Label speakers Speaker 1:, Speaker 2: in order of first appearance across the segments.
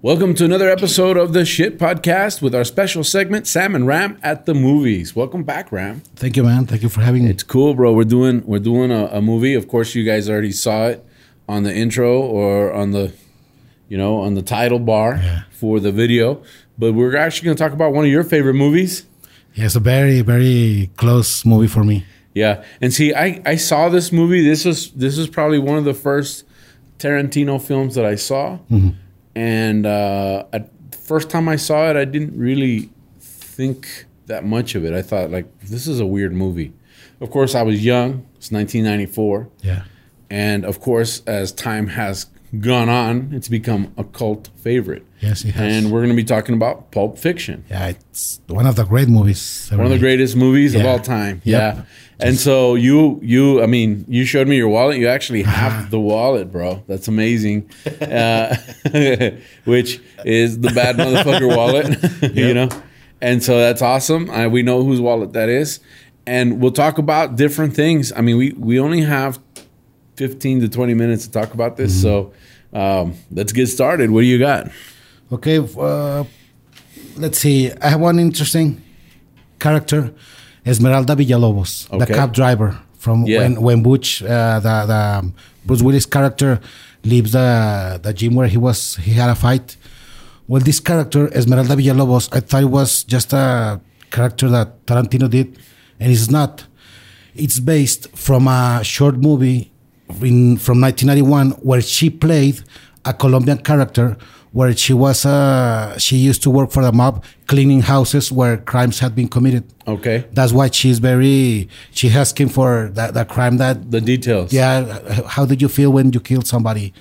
Speaker 1: Welcome to another episode of The Shit Podcast with our special segment, Sam and Ram at the Movies. Welcome back, Ram.
Speaker 2: Thank you, man. Thank you for having me.
Speaker 1: It's cool, bro. We're doing we're doing a, a movie. Of course, you guys already saw it on the intro or on the you know on the title bar for the video. But we're actually going to talk about one of your favorite movies.
Speaker 2: Yeah, it's a very, very close movie for me.
Speaker 1: Yeah, and see, I I saw this movie. This was this is probably one of the first Tarantino films that I saw, and uh, at the first time I saw it, I didn't really think that much of it. I thought like this is a weird movie. Of course, I was young. It's 1994.
Speaker 2: Yeah.
Speaker 1: And of course, as time has gone on, it's become a cult favorite.
Speaker 2: Yes, it has.
Speaker 1: And we're going to be talking about Pulp Fiction,
Speaker 2: Yeah, it's one of the great movies.
Speaker 1: one of the greatest movies of
Speaker 2: Yeah.
Speaker 1: all time.
Speaker 2: Yep.
Speaker 1: Yeah. And so you, you, I mean, you showed me your wallet. You actually have the wallet, bro. That's amazing. Uh, which is the bad motherfucker wallet, you know? And so that's awesome. I, we know whose wallet that is. And we'll talk about different things. I mean, we, we only have 15 to 20 minutes to talk about this.
Speaker 2: Mm-hmm.
Speaker 1: So um, let's get started. What do you got?
Speaker 2: Okay, uh, let's see. I have one interesting character, Esmeralda Villalobos, the
Speaker 1: Okay.
Speaker 2: cab driver from
Speaker 1: Yeah.
Speaker 2: when when Butch, uh, the the um, Bruce Willis character, leaves the the gym where he was he had a fight. Well, this character Esmeralda Villalobos, I thought it was just a character that Tarantino did, and it's not. It's based from a short movie in, from 1991 where she played a Colombian character where she was uh, she used to work for the mob cleaning houses where crimes had been committed.
Speaker 1: Okay.
Speaker 2: That's why she's very she has came for the, the crime that
Speaker 1: The details.
Speaker 2: yeah h- how did you feel when you killed somebody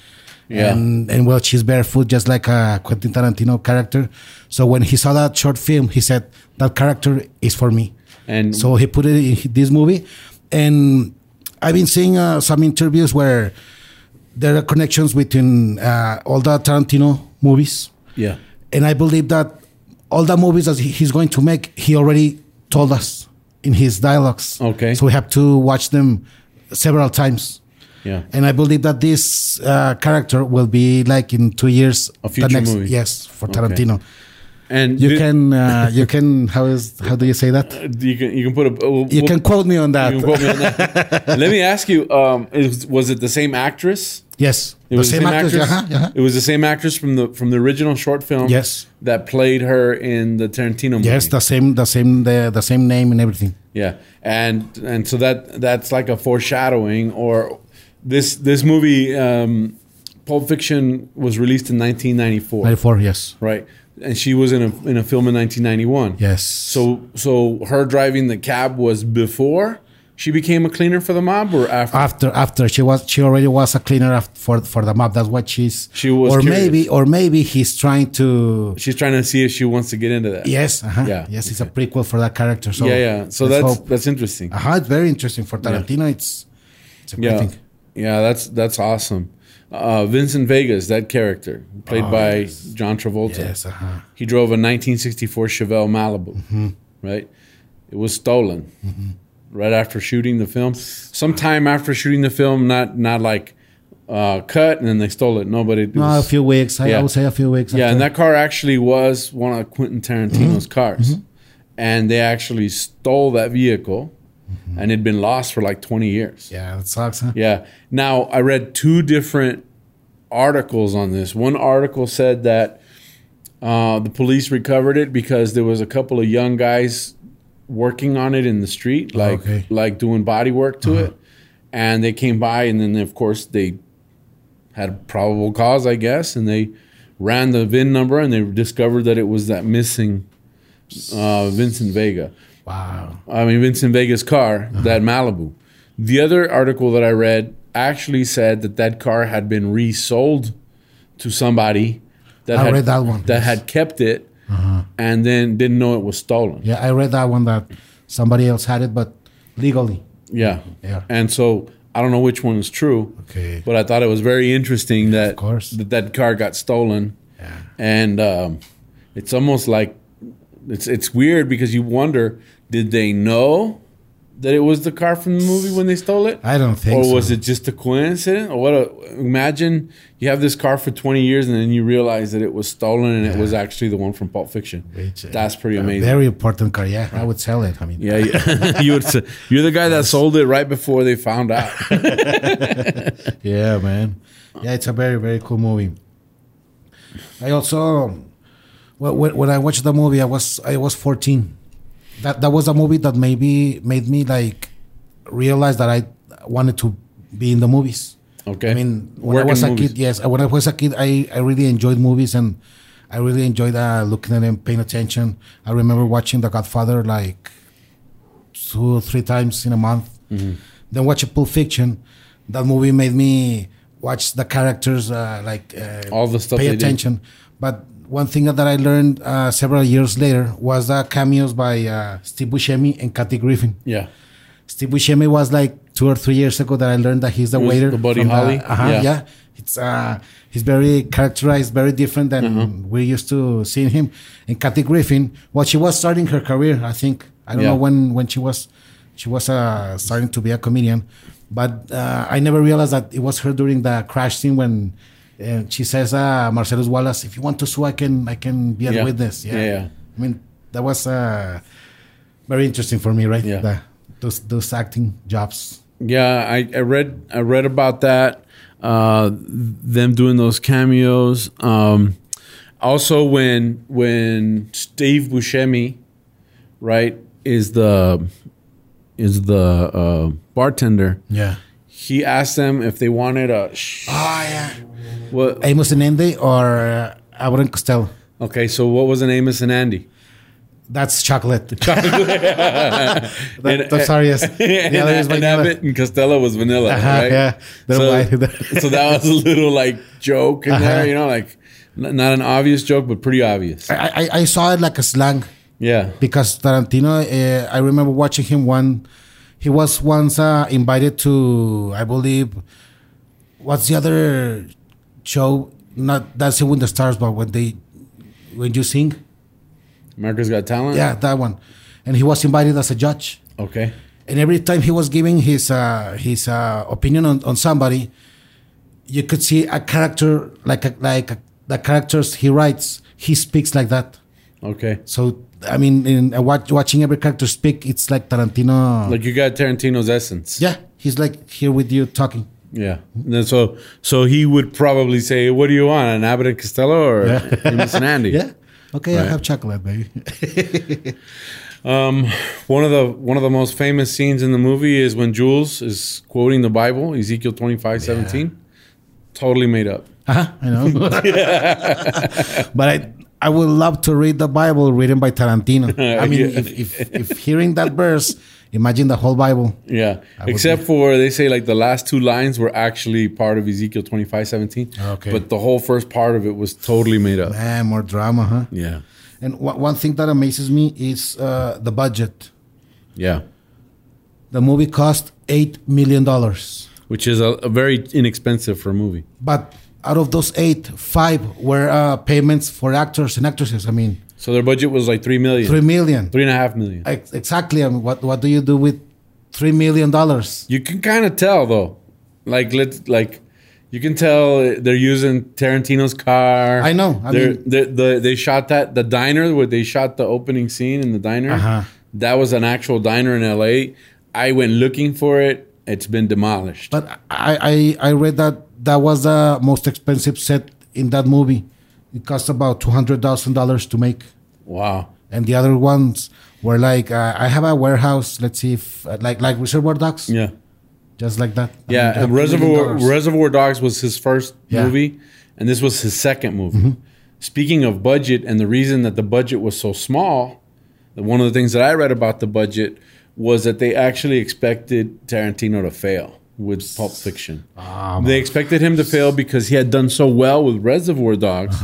Speaker 1: Yeah.
Speaker 2: and and well she's barefoot just like a Quentin Tarantino character so when he saw that short film he said that character is for me
Speaker 1: And
Speaker 2: so he put it in this movie and i've been seeing uh, some interviews where there are connections between uh, all the tarantino movies
Speaker 1: yeah.
Speaker 2: and i believe that all the movies that he- he's going to make he already told us in his dialogues
Speaker 1: Okay.
Speaker 2: so we have to watch them several times
Speaker 1: Yeah.
Speaker 2: and I believe that this uh, character will be like in two years.
Speaker 1: A future
Speaker 2: the next,
Speaker 1: movie.
Speaker 2: Yes, for Tarantino.
Speaker 1: And
Speaker 2: You
Speaker 1: do-
Speaker 2: can uh, you can how is how do you say that?
Speaker 1: you can you can put a oh,
Speaker 2: You
Speaker 1: well,
Speaker 2: can quote me on that.
Speaker 1: you can quote me on that. Let me ask you: um, is, was it the same actress?
Speaker 2: yes,
Speaker 1: It
Speaker 2: the
Speaker 1: was
Speaker 2: same, actress. uh-huh, uh-huh.
Speaker 1: It was the same actress from the from the original short film.
Speaker 2: Yes.
Speaker 1: that played her in the Tarantino movie.
Speaker 2: Yes, the same the same the, the same name and everything.
Speaker 1: yeah, and and so that that's like a foreshadowing, or this this movie, um, Pulp Fiction, was released in 1994,
Speaker 2: Ninety four. Yes.
Speaker 1: right? And she was in a in a film in 1991.
Speaker 2: Yes.
Speaker 1: So so her driving the cab was before she became a cleaner for the mob or after?
Speaker 2: after after she was she already was a cleaner af- for for the map. That's what she's.
Speaker 1: She was
Speaker 2: Or
Speaker 1: curious.
Speaker 2: maybe or maybe he's trying to.
Speaker 1: She's trying to see if she wants to get into that.
Speaker 2: Yes. Uh-huh.
Speaker 1: Yeah,
Speaker 2: Yes, it's a prequel for that character. So
Speaker 1: yeah, yeah. So
Speaker 2: let's
Speaker 1: that's
Speaker 2: hope.
Speaker 1: that's interesting.
Speaker 2: Uh-huh, it's very interesting for Tarantino. It's it's a great
Speaker 1: Yeah,
Speaker 2: thing.
Speaker 1: yeah. That's that's awesome. Uh, Vincent Vegas, that character played by John Travolta.
Speaker 2: Oh, Yes, uh-huh.
Speaker 1: He drove a 1964 Chevelle Malibu.
Speaker 2: Mm-hmm.
Speaker 1: Right, it was stolen right after shooting the film. Sometime after shooting the film, not not like uh, cut, and then they stole it. No, but it
Speaker 2: No, a
Speaker 1: was-
Speaker 2: few weeks. I,
Speaker 1: Yeah.
Speaker 2: I would say a few weeks.
Speaker 1: Yeah,
Speaker 2: after.
Speaker 1: and that car actually was one of Quentin Tarantino's cars. And they actually stole that vehicle and it'd been lost for like 20 years.
Speaker 2: yeah, that sucks. Huh?
Speaker 1: Yeah. Now, I read two different articles on this. One article said that uh, the police recovered it because there was a couple of young guys working on it in the street, like
Speaker 2: okay.
Speaker 1: like doing body work to it, and they came by, and then of course they had probable cause, I guess, and they ran the VIN number, and they discovered that it was that missing uh, Vincent Vega.
Speaker 2: Wow.
Speaker 1: I mean, Vincent Vega's car,
Speaker 2: Uh-huh.
Speaker 1: that Malibu. The other article that I read actually said that that car had been resold to somebody that
Speaker 2: I
Speaker 1: had,
Speaker 2: read that one, Uh-huh.
Speaker 1: that
Speaker 2: yes.
Speaker 1: had kept it and then didn't know it was stolen.
Speaker 2: Yeah, I read that one that somebody else had it, but legally.
Speaker 1: Yeah.
Speaker 2: Yeah.
Speaker 1: And so I don't know which one is true.
Speaker 2: Okay.
Speaker 1: But I thought it was very interesting that
Speaker 2: course.
Speaker 1: that, that car got stolen.
Speaker 2: Yeah.
Speaker 1: And um, it's almost like it's it's weird because you wonder did they know that it was the car from the movie when they stole it?
Speaker 2: I don't think
Speaker 1: or
Speaker 2: so.
Speaker 1: was it just a coincidence? Or what? A, imagine you have this car for 20 years and then you realize that it was stolen and it was actually the one from Pulp Fiction.
Speaker 2: Which, uh,
Speaker 1: That's pretty amazing.
Speaker 2: Very important car. Yeah, I would sell it. I mean,
Speaker 1: Yeah, yeah. you would, say- you're the guy that sold it right before they found out.
Speaker 2: Yeah, man. Yeah, it's a very very cool movie. I also, well, when, when I watched the movie, I was I was fourteen. That that was a movie that maybe made me like realize that I wanted to be in the movies.
Speaker 1: Okay.
Speaker 2: I mean, when
Speaker 1: Work
Speaker 2: I
Speaker 1: in
Speaker 2: was a
Speaker 1: movies.
Speaker 2: kid, yes, when I was a kid, I I really enjoyed movies and I really enjoyed uh, looking at them, paying attention. I remember watching The Godfather like two three times in a month.
Speaker 1: Mm-hmm.
Speaker 2: Then watching Pulp Fiction. That movie made me watch the characters uh, like uh,
Speaker 1: All the stuff
Speaker 2: Pay
Speaker 1: they did.
Speaker 2: attention. But one thing that I learned uh, several years later was the cameos by uh, Steve Buscemi and Kathy Griffin.
Speaker 1: Yeah.
Speaker 2: Steve Buscemi was like two or three years ago that I learned that he's the
Speaker 1: was
Speaker 2: waiter.
Speaker 1: the Buddy
Speaker 2: from
Speaker 1: Holly?
Speaker 2: uh-huh,
Speaker 1: Yeah.
Speaker 2: yeah. It's uh, he's very characterized, very different than
Speaker 1: Mm-hmm.
Speaker 2: we're used to seeing him. And Kathy Griffin, well, she was starting her career, I think. I don't
Speaker 1: Yeah.
Speaker 2: know when when she was, she was uh, starting to be a comedian, but uh, I never realized that it was her during the crash scene when. Uh, she says, uh, Marcellus Wallace, if you want to sue, I can, I can be a
Speaker 1: Yeah.
Speaker 2: witness. Yeah.
Speaker 1: Yeah, yeah.
Speaker 2: I mean, that was uh, very interesting for me, right?
Speaker 1: Yeah.
Speaker 2: The- those those acting jobs.
Speaker 1: Yeah, I, I read I read about that. Uh, them doing those cameos. Um, also, when when Steve Buscemi, right, is the is the uh, bartender.
Speaker 2: Yeah.
Speaker 1: He asked them if they wanted a sh-
Speaker 2: Oh yeah.
Speaker 1: what?
Speaker 2: Amos and Andy or uh, Abbott and Costello.
Speaker 1: Okay, so what was an Amos and Andy?
Speaker 2: That's chocolate.
Speaker 1: And-
Speaker 2: that, that's sorry, yes.
Speaker 1: and,
Speaker 2: The other is
Speaker 1: and
Speaker 2: vanilla.
Speaker 1: Abbott and Costello was vanilla,
Speaker 2: Uh-huh,
Speaker 1: right?
Speaker 2: yeah. They're
Speaker 1: so,
Speaker 2: white.
Speaker 1: so that was a little like joke in
Speaker 2: Uh-huh.
Speaker 1: there, you know, like n- not an obvious joke, but pretty obvious.
Speaker 2: I, I I saw it like a slang
Speaker 1: Yeah,
Speaker 2: because Tarantino. Uh, I remember watching him one. He was once uh, invited to, I believe, what's the other show? Not Dancing with the Stars, but when they when you sing,
Speaker 1: America's Got Talent.
Speaker 2: yeah, that one. And he was invited as a judge.
Speaker 1: Okay.
Speaker 2: and every time he was giving his uh, his uh, opinion on, on somebody, you could see a character like a, like a, the characters he writes. He speaks like that.
Speaker 1: Okay.
Speaker 2: So I mean, in uh, watch, watching every character speak, it's like Tarantino.
Speaker 1: Like you got Tarantino's essence.
Speaker 2: yeah, he's like here with you talking.
Speaker 1: Yeah. And then so so he would probably say, "What do you want, an Abbott and Costello or
Speaker 2: Yeah.
Speaker 1: Amos and Andy?"
Speaker 2: Yeah. Okay, I
Speaker 1: Right.
Speaker 2: have chocolate, baby.
Speaker 1: One of the one of the most famous scenes in the movie is when Jules is quoting the Bible, Ezekiel twenty five seventeen. Totally made up.
Speaker 2: Uh-huh, I know. but I I would love to read the Bible written by Tarantino. I mean,
Speaker 1: Yeah.
Speaker 2: if, if, if hearing that verse, imagine the whole Bible.
Speaker 1: Yeah,
Speaker 2: would
Speaker 1: except for they say like the last two lines were actually part of Ezekiel twenty five seventeen.
Speaker 2: Okay.
Speaker 1: But the whole first part of it was totally made up.
Speaker 2: Man, more drama, huh?
Speaker 1: Yeah.
Speaker 2: And one one thing that amazes me is uh, the budget.
Speaker 1: Yeah.
Speaker 2: The movie cost eight million dollars,
Speaker 1: Which is a, a very inexpensive for a movie.
Speaker 2: but out of those eight, five were uh, payments for actors and actresses. I mean,
Speaker 1: So their budget was like three million.
Speaker 2: three million.
Speaker 1: Three and a half million.
Speaker 2: Ex- exactly. I mean, what what do you do with three million dollars?
Speaker 1: You can kind of tell though, like let like you can tell they're using Tarantino's car.
Speaker 2: I know, I
Speaker 1: they're,
Speaker 2: mean-
Speaker 1: they're, the they shot that the diner where they shot the opening scene in the diner.
Speaker 2: Uh-huh.
Speaker 1: That was an actual diner in L.A. I went looking for it. It's been demolished.
Speaker 2: But I, I I read that that was the most expensive set in that movie. It cost about two hundred thousand dollars to make.
Speaker 1: Wow.
Speaker 2: and the other ones were like uh, I have a warehouse. Let's see if uh, like like Reservoir Dogs,
Speaker 1: Yeah.
Speaker 2: just like that. I
Speaker 1: Yeah.
Speaker 2: mean,
Speaker 1: and
Speaker 2: $1 million
Speaker 1: Reservoir
Speaker 2: dollars.
Speaker 1: Reservoir Dogs was his first
Speaker 2: Yeah. Mm-hmm.
Speaker 1: movie, and this was his second movie. Speaking of budget and the reason that the budget was so small, one of the things that I read about the budget was that they actually expected Tarantino to fail with Pulp Fiction.
Speaker 2: Ah, Uh-huh.
Speaker 1: they expected him to fail because he had done so well with Reservoir Dogs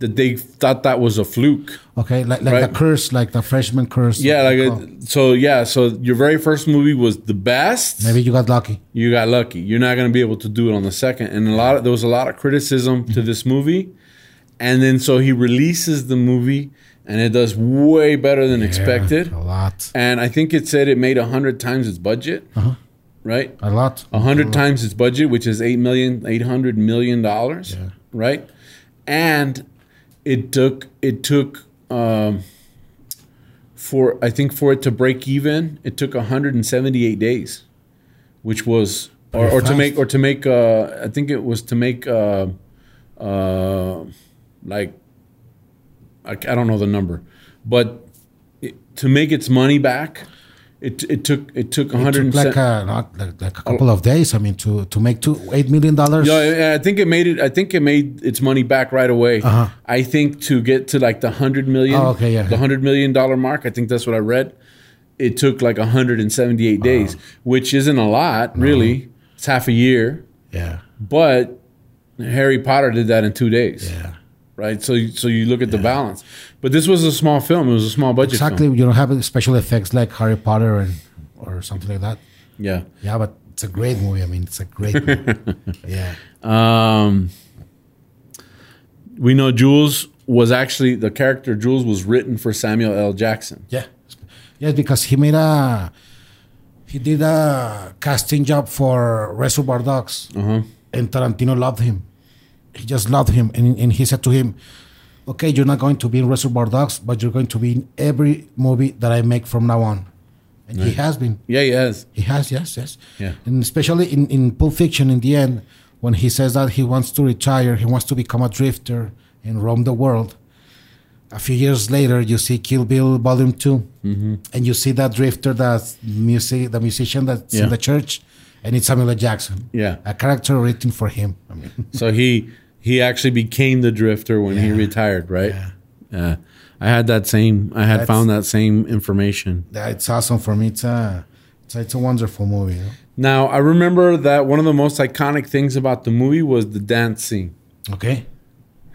Speaker 1: that they thought that was a fluke.
Speaker 2: Okay, like, like
Speaker 1: Right.
Speaker 2: the curse, like the freshman curse.
Speaker 1: Yeah,
Speaker 2: what
Speaker 1: like
Speaker 2: they
Speaker 1: uh
Speaker 2: call.
Speaker 1: so. Yeah, so your very first movie was the best.
Speaker 2: oh, maybe you got lucky.
Speaker 1: you got lucky. You're not going to be able to do it on the second. And a lot of, there was a lot of criticism
Speaker 2: Mm-hmm.
Speaker 1: to this movie, and then so he releases the movie, and it does way better than expected.
Speaker 2: Yeah, a lot,
Speaker 1: And I think it said it made a hundred times its budget,
Speaker 2: Uh-huh.
Speaker 1: right?
Speaker 2: a lot.
Speaker 1: A hundred times its budget, which is eight million, eight hundred million dollars, right? And it took it took um, for I think for it to break even, it took 178 days, which was or,
Speaker 2: Pretty
Speaker 1: or to
Speaker 2: fast.
Speaker 1: make or to make uh, I think it was to make uh, uh, like I, I don't know the number, but it, to make its money back, it it took it took
Speaker 2: Took
Speaker 1: 100
Speaker 2: like a not like, like a couple of days. I mean, to to make two eight million dollars.
Speaker 1: No, I I think it made it. I think it made its money back right away.
Speaker 2: Uh-huh.
Speaker 1: I think to get to like the hundred million,
Speaker 2: Oh, okay, yeah,
Speaker 1: the
Speaker 2: yeah.
Speaker 1: hundred million dollar mark. I think that's what I read. It took like hundred and seventy eight days, which isn't a lot, really. It's half a year,
Speaker 2: Yeah,
Speaker 1: but Harry Potter did that in two days,
Speaker 2: yeah.
Speaker 1: right? So, you- so you look at the balance. But this was a small film. It was a small budget. film.
Speaker 2: Exactly. You don't have special effects like Harry Potter and or something like that.
Speaker 1: Yeah.
Speaker 2: Yeah, but it's a great movie. I mean, it's a great movie. yeah.
Speaker 1: Um, we know Jules was actually the character. Jules was written for Samuel L. Jackson.
Speaker 2: Yeah. Yes, because he made a he did a casting job for Reservoir Dogs, and Tarantino loved him. He just loved him, and, and he said to him, "Okay, you're not going to be in Reservoir Dogs, but you're going to be in every movie that I make from now on." And he has been.
Speaker 1: Yeah, he is.
Speaker 2: He has, yes, yes.
Speaker 1: Yeah.
Speaker 2: And especially in, in Pulp Fiction, in the end, when he says that he wants to retire, he wants to become a drifter and roam the world. A few years later, you see Kill Bill Volume 2, and you see that drifter, that music, the musician that's
Speaker 1: Yeah.
Speaker 2: in the church, and it's Samuel L. Jackson.
Speaker 1: Yeah.
Speaker 2: A character written for him. I mean,
Speaker 1: So he he actually became the drifter when he retired, right? Yeah. I had that same. I had found that same information.
Speaker 2: that- it's awesome for me. It's a, it's a, it's a wonderful movie. You know?
Speaker 1: Now I remember that one of the most iconic things about the movie was the dance scene,
Speaker 2: Okay?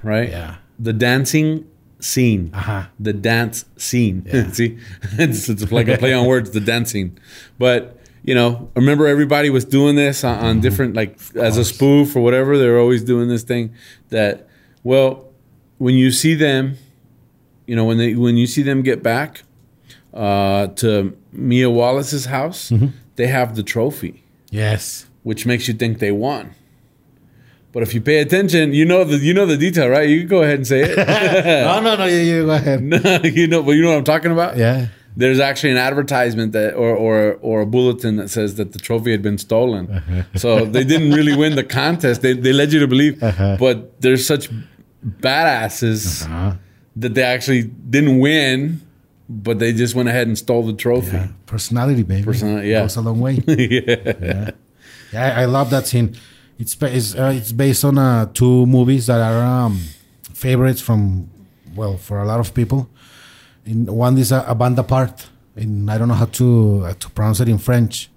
Speaker 1: right?
Speaker 2: Yeah.
Speaker 1: The dancing scene.
Speaker 2: Uh-huh.
Speaker 1: The dance scene. See, it's, it's like a play on words. The dancing, but you know, I remember everybody was doing this on, on different, like as a spoof or whatever. They're always doing this thing that, well, when you see them, you know, when they when you see them get back uh, to Mia Wallace's house, they have the trophy
Speaker 2: Yes.
Speaker 1: which makes you think they won. But if you pay attention, you know the you know the detail, right? You can go ahead and say it.
Speaker 2: No, no, no, you, you go ahead.
Speaker 1: No, you know, but you know what I'm talking about.
Speaker 2: Yeah.
Speaker 1: There's actually an advertisement that, or or or a bulletin that says that the trophy had been stolen.
Speaker 2: Uh-huh.
Speaker 1: So they didn't really win the contest. They they led you to believe, but they're such badasses
Speaker 2: Uh-huh.
Speaker 1: that they actually didn't win, but they just went ahead and stole the trophy.
Speaker 2: Yeah, personality, baby.
Speaker 1: Personality, yeah.
Speaker 2: goes a long way. yeah, yeah. I, I love that scene. It's ba- it's, uh, it's based on uh, two movies that are um, favorites from well for a lot of people. In one is uh, a, a band apart, and I don't know how to uh, to pronounce it in French,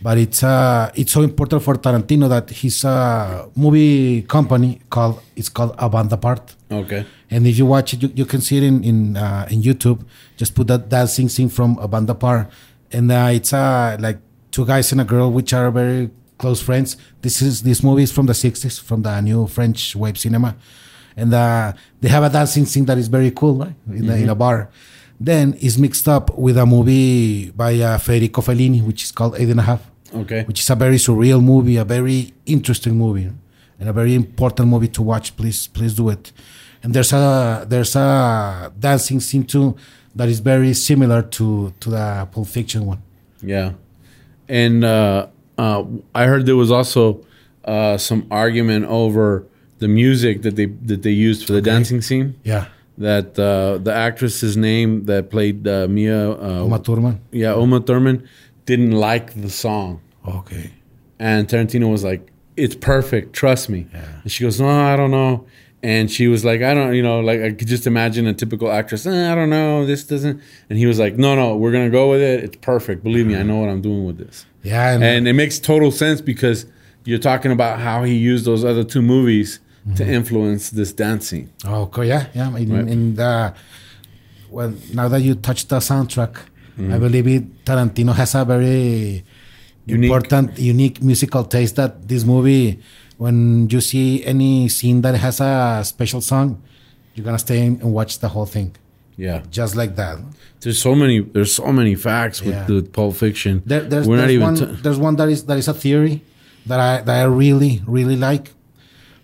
Speaker 2: but it's uh it's so important for Tarantino that his uh, movie company called it's called a band apart.
Speaker 1: Okay.
Speaker 2: And if you watch it, you, you can see it in in, uh, in YouTube. Just put that dancing scene from a band apart, and uh, it's uh, like two guys and a girl, which are very close friends. This is this movie is from the '60s, from the new French wave cinema, and uh, they have a dancing scene that is very cool, right? In, a, in a bar. Then it's mixed up with a movie by uh, Federico Fellini, which is called Eight and a Half
Speaker 1: Okay.
Speaker 2: which is a very surreal movie, a very interesting movie, and a very important movie to watch. Please, please do it. And there's a there's a dancing scene too that is very similar to to the Pulp Fiction one.
Speaker 1: Yeah, and uh, uh, I heard there was also uh, some argument over the music that they that they used for the dancing scene.
Speaker 2: Yeah,
Speaker 1: That uh, the actress's name that played uh, Mia, uh,
Speaker 2: Uma Thurman.
Speaker 1: yeah, Uma Thurman, didn't like the song,
Speaker 2: Okay.
Speaker 1: and Tarantino was like, "It's perfect, trust me."
Speaker 2: Yeah.
Speaker 1: And she goes, "No, I don't know." And she was like, "I don't, you know, like I could just imagine a typical actress. "Eh, I don't know, this doesn't." And he was like, "No, no, we're gonna go with it. It's perfect. Believe me, I know what I'm doing with this."
Speaker 2: Yeah, and,
Speaker 1: and it makes total sense because you're talking about how he used those other two movies
Speaker 2: Mm-hmm.
Speaker 1: to influence this dancing.
Speaker 2: Oh, okay, yeah, yeah. In, in the well, now that you touched the soundtrack, I believe it, Tarantino has a very
Speaker 1: Unique.
Speaker 2: important, unique musical taste. That this movie, when you see any scene that has a special song, you're gonna stay and watch the whole thing,
Speaker 1: Yeah,
Speaker 2: just like that.
Speaker 1: there's so many there's so many facts with
Speaker 2: Yeah.
Speaker 1: the Pulp Fiction.
Speaker 2: There, there's,
Speaker 1: We're
Speaker 2: there's
Speaker 1: not even.
Speaker 2: one.
Speaker 1: t-
Speaker 2: there's one that is that is a theory that I that I really really like,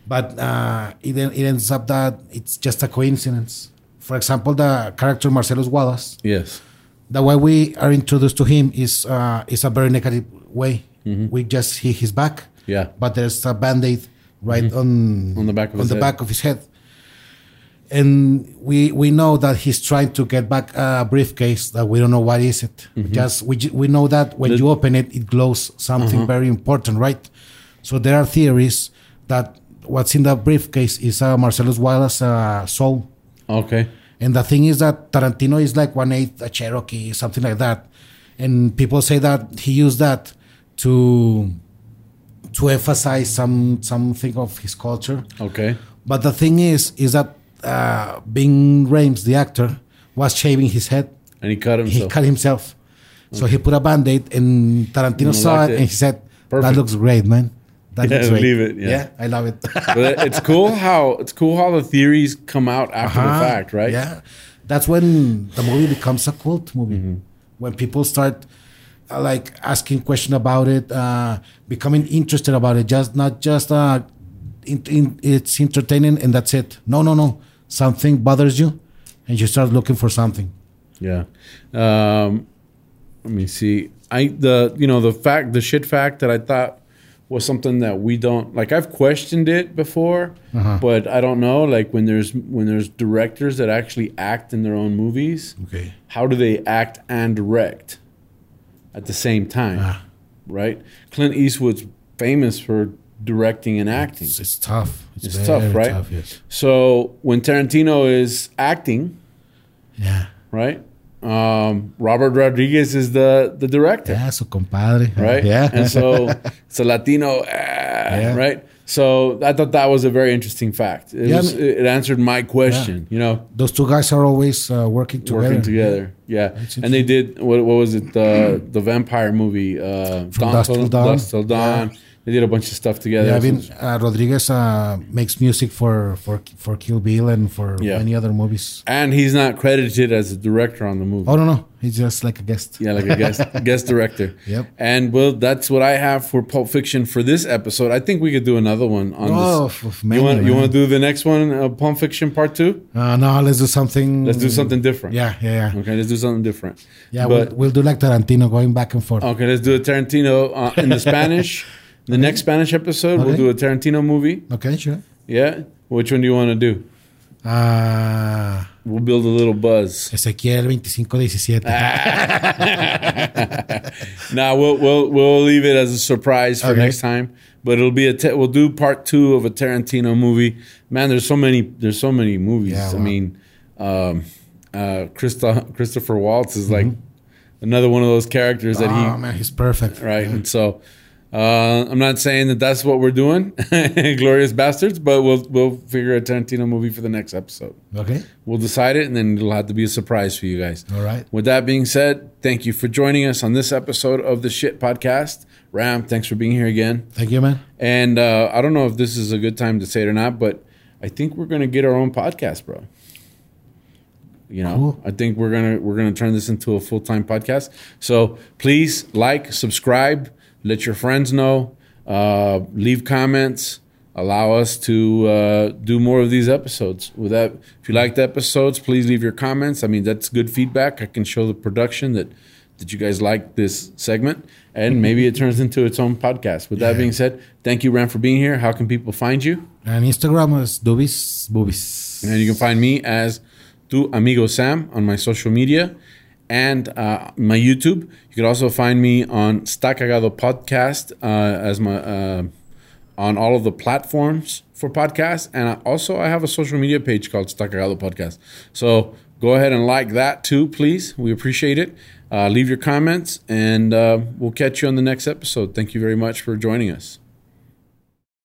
Speaker 2: but uh, it en- it ends up that it's just a coincidence. For example, the character Marcellus Wallace,
Speaker 1: yes,
Speaker 2: the way we are introduced to him is uh, is a very negative way.
Speaker 1: Mm-hmm.
Speaker 2: We just see his back,
Speaker 1: Yeah.
Speaker 2: but there's a band aid right
Speaker 1: Mm-hmm.
Speaker 2: on
Speaker 1: On the back of
Speaker 2: on
Speaker 1: his
Speaker 2: the
Speaker 1: head.
Speaker 2: back of his head, and we we know that he's trying to get back a briefcase that we don't know what is it. Just we ju- we know that when
Speaker 1: The-
Speaker 2: you open it, it glows something very important, right? So there are theories that what's in the briefcase is uh, Marcellus Wallace uh, soul.
Speaker 1: okay,
Speaker 2: And the thing is that Tarantino is like one eighth a Cherokee, something like that. And people say that he used that to to emphasize some something of his culture.
Speaker 1: okay,
Speaker 2: But the thing is, is that uh, Bing Rames, the actor, was shaving his head.
Speaker 1: and he cut
Speaker 2: He
Speaker 1: himself.
Speaker 2: cut himself. So he put a band-aid and Tarantino
Speaker 1: And
Speaker 2: saw
Speaker 1: liked Mm,
Speaker 2: it,
Speaker 1: it.
Speaker 2: and he said,
Speaker 1: Perfect.
Speaker 2: That looks great, man. That
Speaker 1: Yeah,
Speaker 2: looks great.
Speaker 1: leave it, yeah.
Speaker 2: I love it.
Speaker 1: but it's cool how it's cool how the theories come out after
Speaker 2: Uh-huh.
Speaker 1: the fact, right?
Speaker 2: Yeah, that's when the movie becomes a cult movie.
Speaker 1: Mm-hmm.
Speaker 2: When people start uh, like asking question about it, uh, becoming interested about it, just not just uh, in, in, it's entertaining and that's it. No, no, no. Something bothers you, and you start looking for something.
Speaker 1: Yeah. Um, let me see. I the you know the fact the shit fact that I thought was something that we don't like. I've questioned it before,
Speaker 2: Uh-huh.
Speaker 1: but I don't know. Like when there's when there's directors that actually act in their own movies,
Speaker 2: Okay.
Speaker 1: how do they act and direct at the same time?
Speaker 2: Ah.
Speaker 1: Right. Clint Eastwood's famous for directing and acting.
Speaker 2: It's, it's tough.
Speaker 1: It's tough,
Speaker 2: very
Speaker 1: right?
Speaker 2: tough, yes.
Speaker 1: So when Tarantino is acting,
Speaker 2: Yeah.
Speaker 1: right? Um, Robert Rodriguez is the the director,
Speaker 2: Yeah, so compadre.
Speaker 1: right?
Speaker 2: Yeah.
Speaker 1: and so it's a Latino, ah, right? So I thought that was a very interesting fact. It,
Speaker 2: Yeah, I
Speaker 1: was,
Speaker 2: mean-
Speaker 1: it answered my question. You know,
Speaker 2: Those two guys are always uh, working together.
Speaker 1: working together, yeah.
Speaker 2: interesting.
Speaker 1: And they did what, what was it? The the vampire movie, uh,
Speaker 2: Dusk Till Dawn.
Speaker 1: Dusk Till Dawn. They did a bunch of stuff together.
Speaker 2: Yeah, I
Speaker 1: So
Speaker 2: mean,
Speaker 1: it's-
Speaker 2: uh, Rodriguez uh, makes music for, for for Kill Bill and for
Speaker 1: Yeah.
Speaker 2: many other movies.
Speaker 1: and he's not credited as a director on the movie.
Speaker 2: Oh no, no, he's just like a guest.
Speaker 1: Yeah, like a guest guest director.
Speaker 2: Yep.
Speaker 1: And well, that's what I have for Pulp Fiction for this episode. I think we could do another one on
Speaker 2: Oh,
Speaker 1: this.
Speaker 2: f- f-
Speaker 1: you
Speaker 2: many,
Speaker 1: want you
Speaker 2: man.
Speaker 1: want to do the next one, uh, Pulp Fiction Part Two?
Speaker 2: Uh, no, let's do something.
Speaker 1: Let's do something different.
Speaker 2: Mm. Yeah, yeah, yeah.
Speaker 1: Okay, let's do something different.
Speaker 2: Yeah,
Speaker 1: But Oh.
Speaker 2: we'll, we'll do like Tarantino, going back and forth.
Speaker 1: okay, let's do a Tarantino uh, in the Spanish. The next Spanish episode, we'll
Speaker 2: Okay.
Speaker 1: do a Tarantino movie.
Speaker 2: Okay, sure.
Speaker 1: Yeah. Which one do you want to do?
Speaker 2: Uh,
Speaker 1: We'll build a little buzz.
Speaker 2: Ezequiel Ah, 2517.
Speaker 1: Ah, Now we'll we'll we'll leave it as a surprise for
Speaker 2: Okay.
Speaker 1: next time. But it'll be a ta- we'll do part two of a Tarantino movie. Man, there's so many there's so many movies.
Speaker 2: Yeah,
Speaker 1: I
Speaker 2: wow.
Speaker 1: mean, um, uh, Christo- Christopher Waltz is like
Speaker 2: Mm-hmm.
Speaker 1: another one of those characters that
Speaker 2: oh
Speaker 1: he
Speaker 2: man, he's perfect.
Speaker 1: right. And so uh, I'm not saying that that's what we're doing, glorious bastards. But we'll we'll figure a Tarantino movie for the next episode.
Speaker 2: Okay.
Speaker 1: We'll decide it, and then it'll have to be a surprise for you guys.
Speaker 2: All right.
Speaker 1: With that being said, thank you for joining us on this episode of the Shit Podcast. Ram, thanks for being here again.
Speaker 2: Thank you, man.
Speaker 1: And uh, I don't know if this is a good time to say it or not, but I think we're gonna get our own podcast, bro. You know,
Speaker 2: Cool.
Speaker 1: I think we're gonna we're gonna turn this into a full time podcast. So please like, subscribe, let your friends know, uh, leave comments, allow us to uh, do more of these episodes. With that, if you liked the episodes, please leave your comments. I mean, that's good feedback. I can show the production that that you guys like this segment, and maybe it turns into its own podcast. With that being said, thank you, Ram, for being here. How can people find you?
Speaker 2: And Instagram is Dubis Boobies.
Speaker 1: And you can find me as Tu Amigo Sam on my social media and uh, my YouTube. You can also find me on Está Cagado Podcast uh, as my uh, on all of the platforms for podcasts. And I also, I have a social media page called Está Cagado Podcast. So go ahead and like that too, please. We appreciate it. Uh, leave your comments, and uh, we'll catch you on the next episode. Thank you very much for joining us.